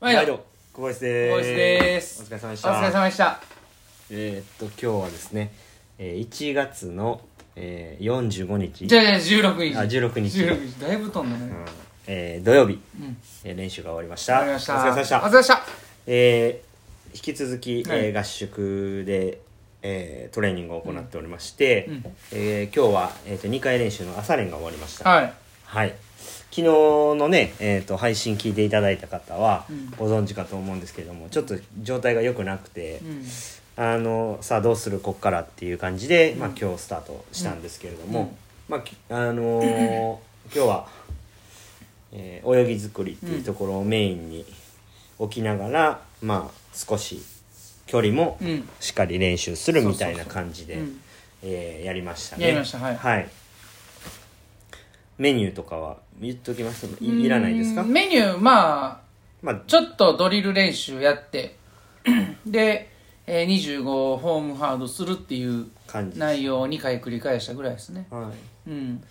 毎度毎度小林で小す林ですお疲れ様でしおた疲れ様でしたえー、っと今日はですね、えー、1月の、えー、45日じゃあじゃあ16日あ16日16日だいぶ飛んだうんねえー土曜日、うんえー練習が終わりまし終たわりましたお疲れ様でしお疲れた、様でしたえー引き続き、はいえー合宿で、えートレーニングを行っておりまして、うんうんえー今日は、えー、と2回練習の朝練が終わりましたはいはい、昨日のね、えー、と配信聞いていただいた方はうんご存知かと思うんですけれども、ちょっと状態が良くなくて、うんあのさあどうするこっからっていう感じで、まあうん、今日スタートしたんですけれどうんも、まあき、あのー今日は、えー泳ぎ作りっていうところをメインに置きながら、まあ少し距離もうんしっかり練習するみたいそうそなうそう感じでうんえーやりましたね。やりましたはいメニューとかは言っときますいいらないですかうんメニューまあまあちょっとドリル練習やって で、えー、25ホームハードするっていう感じです内容を2回繰り返したぐらいですねはいうん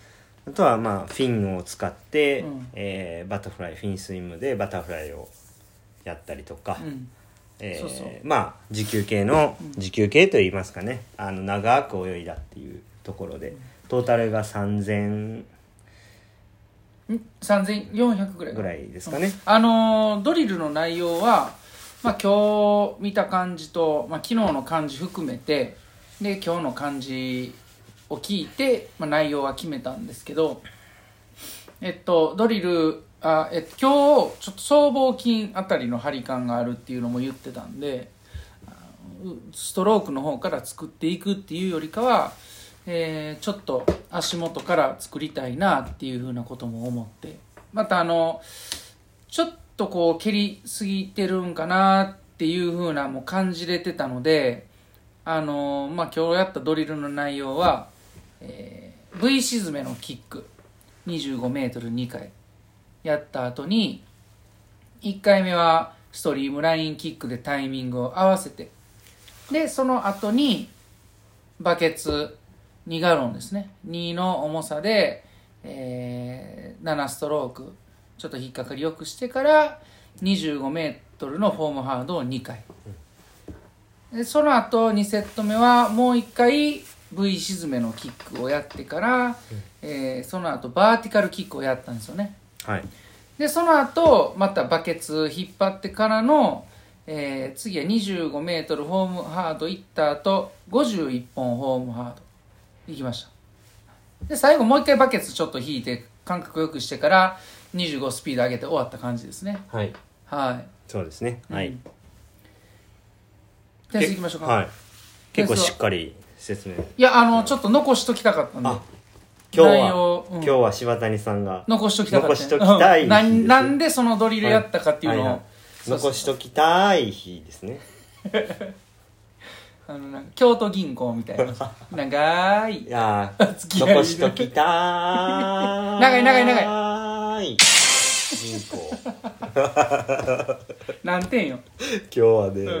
あとはまあフィンを使って、うんえーバタフライフィンスイムでバタフライをやったりとか、うんえーそうそうまあ持久系の持久系といいますかねあの長く泳いだっていうところでトータルが3000 3400ぐらいぐらいですかね、あのードリルの内容は、まあ、今日見た感じと、まあ、昨日の感じ含めてで今日の感じを聞いて、まあ、内容は決めたんですけど、えっと、ドリルあ、えっと、今日ちょっと僧帽筋あたりの張り感があるっていうのも言ってたんであのうストロークの方から作っていくっていうよりかは、えーちょっと足元から作りたいなっていうふうなことも思ってまたあのちょっとこう蹴りすぎてるんかなっていう風なもう感じれてたのであのーまあ今日やったドリルの内容は、えー V 沈めのキック 25m2 回やった後に1回目はストリームラインキックでタイミングを合わせてでその後にバケツ2ガロンですね2の重さで、えー7ストロークちょっと引っかかりよくしてから25メートルのフォームハードを2回でその後2セット目はもう1回 V 沈めのキックをやってから、えーその後バーティカルキックをやったんですよねはいでその後またバケツ引っ張ってからの、えー次は2 5メートルホームハード行った後51本ホームハード行きましたで最後もう一回バケツちょっと引いて感覚よくしてから25スピード上げて終わった感じですねはいはそうですね、い、はういん点数いきましょうか、はい点結数は構しっかり説明いやあのちょっと残しときたかったんであ今日内は容、うん今日は柴谷さんが残しときたかった、残しときたいう日んですななんでそのドリルやったかっていうのを、はいはいそうそう残しときたい日ですねあのなんか京都銀行みたいな 長いいや付ーき合い残しときたーい長い長い長い銀行何点よ、今日はねうん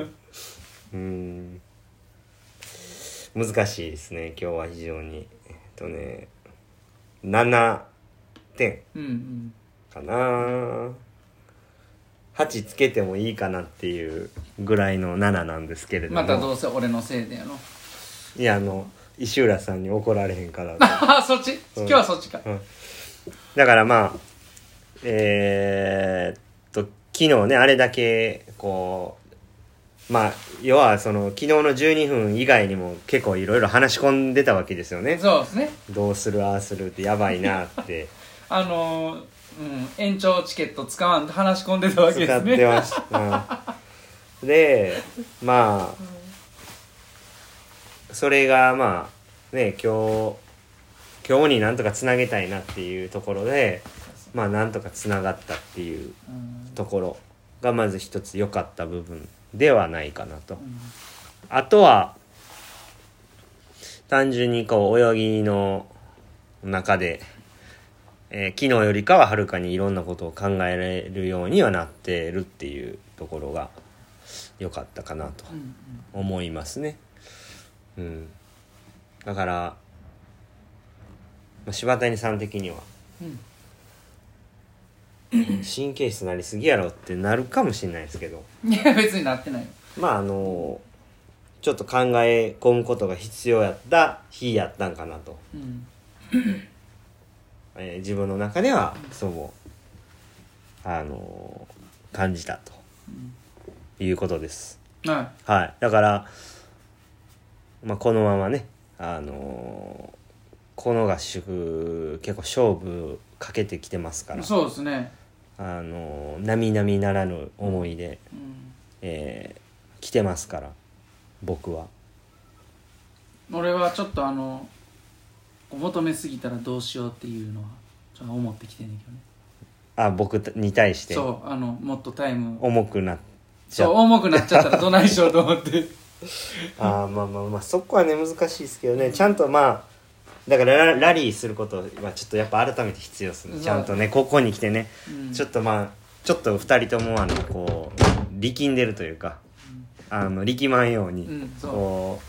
うーん難しいですね今日は非常にえっとね7点うんうん、かな8つけてもいいかなっていうぐらいの7なんですけれどもまたどうせ俺のせいだよの いやあの石浦さんに怒られへんからあそっち今日はそっちか、だからまあえーっと昨日ねあれだけこうまあ要はその昨日の12分以外にも結構いろいろ話し込んでたわけですよねそうですねどうするああするってやばいなって あのーうん、延長チケット使わんと話し込んでたわけ使でっすてねました、うんでまあそれがまあね今日今日になんとかつなげたいなっていうところでまあなんとかつながったっていううんところがまず一つ良かった部分ではないかなとうんあとは単純にこう泳ぎの中で、えー昨日よりかははるかにいろんなことを考えられるようにはなってるっていうところが良かったかなとうん思いますね。うん、だから、まあ柴谷さん的にはうん神経質なりすぎやろってなるかもしれないですけどいや別になってないよまああのちょっと考え込むことが必要やった日やったんかなと、うんえー自分の中ではそうあの感じたということですははいだから、まあ、このままねあのこの合宿結構勝負かけてきてますかいらそうですね、あの並々ならぬ思いで、うん、えー来てますから僕は俺はちょっとあの求めすぎたらどうしようっていうのはちょっと思ってきてんねんけどねあ僕に対してそうあのもっとタイム重くなっちゃそうう重くなっちゃったらどないしようと思ってあーまあまあまあそこはね難しいですけどねちゃんとまあだからララリーすることはちょっとやっぱ改めて必要ですそねうちゃんとねここに来てね、うん ちょっとまあちょっと2人ともあのこう力んでるというかあの力まんように、うんそうこう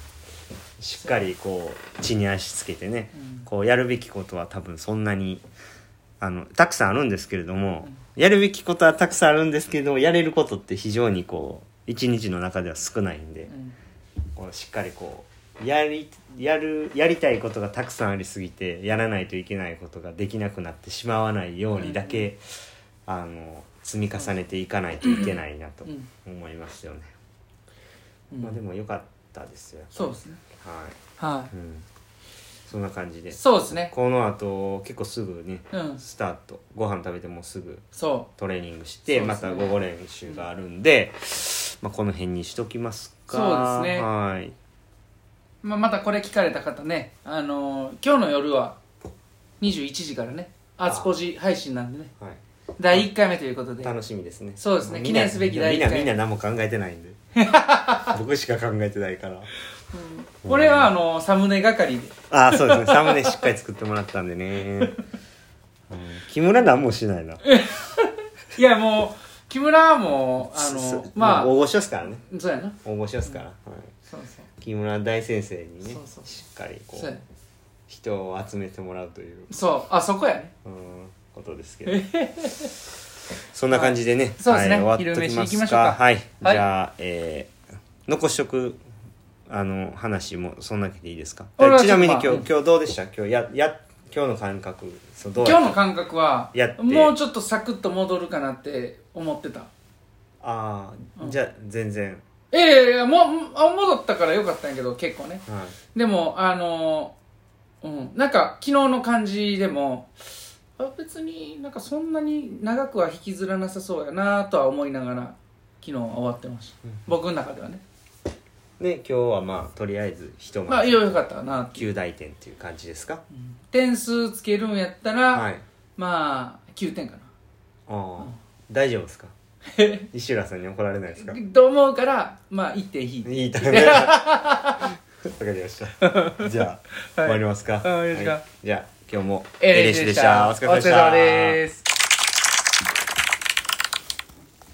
しっかりこう地に足つけてね、うんこうやるべきことは多分そんなにあのたくさんあるんですけれども、やるべきことはたくさんあるんですけどやれることって非常にこう一日の中では少ないんで。うんこうしっかりこうやりやるやりたいことがたくさんありすぎてやらないといけないことができなくなってしまわないようにだけ、あの積み重ねていかないといけないなとうん思いますよね。うんまあでも良かったですよ。そうですねは。はいうん。そんな感じで。そうですねこの後結構すぐね、うんスタートご飯食べてもうすぐそトレーニングして、そうでますねた午後練習があるんで、まあこの辺にしときますか。そうですねはい。う、まあ、またこれ聞かれた方ねあのー今日の夜は21時からねアツポジ配信なんでねはい。第1回目ということで楽しみですねそうですねまあ記念すべき第一みんな回みんなみんな何も考えてない んで僕しか考えてないから俺はあのーサムネ係でああそうですねサムネしっかり作ってもらったんでね、うん、木村何もしないないやもう木村はもうあのそーまあ大御所ですからねそうやな大御所ですから、はいそうそう木村大先生にねそうそうしっかりこそうやう人を集めてもらうという、そうあそこやねうん、ことですけどそんな感じでね、そうですねはい、終わっとき昼飯ま行きすまかしょうかはい、はいじゃあ、えー残しとくあの話もそんだけでいいですか俺はちょっとちなみに今日まあ今日どうでした今日やや今日の感覚そうどうや今日の感覚はやってもうちょっとサクッと戻るかなって思ってたああうんじゃあ全然、ええいやもうあ戻ったからよかったんやけど結構ねはい、でもあのーうんなんか昨日の感じでもあ別になんかそんなに長くは引きずらなさそうやなとは思いながら昨日は終わってました、うん僕の中ではねで今日はまあとりあえず一まあ晩いよいよかったなっていう9大点っていう感じですか点数つけるんやったら、はいまあ9点かああ大丈夫ですか 石浦さんに怒られないですかなと思うからまあ1点引いていいタイミン グわかりました。じゃあ、はい終わりますか。あよろしくはいじゃあ、今日もエエレレシシででししたた。お疲れ様です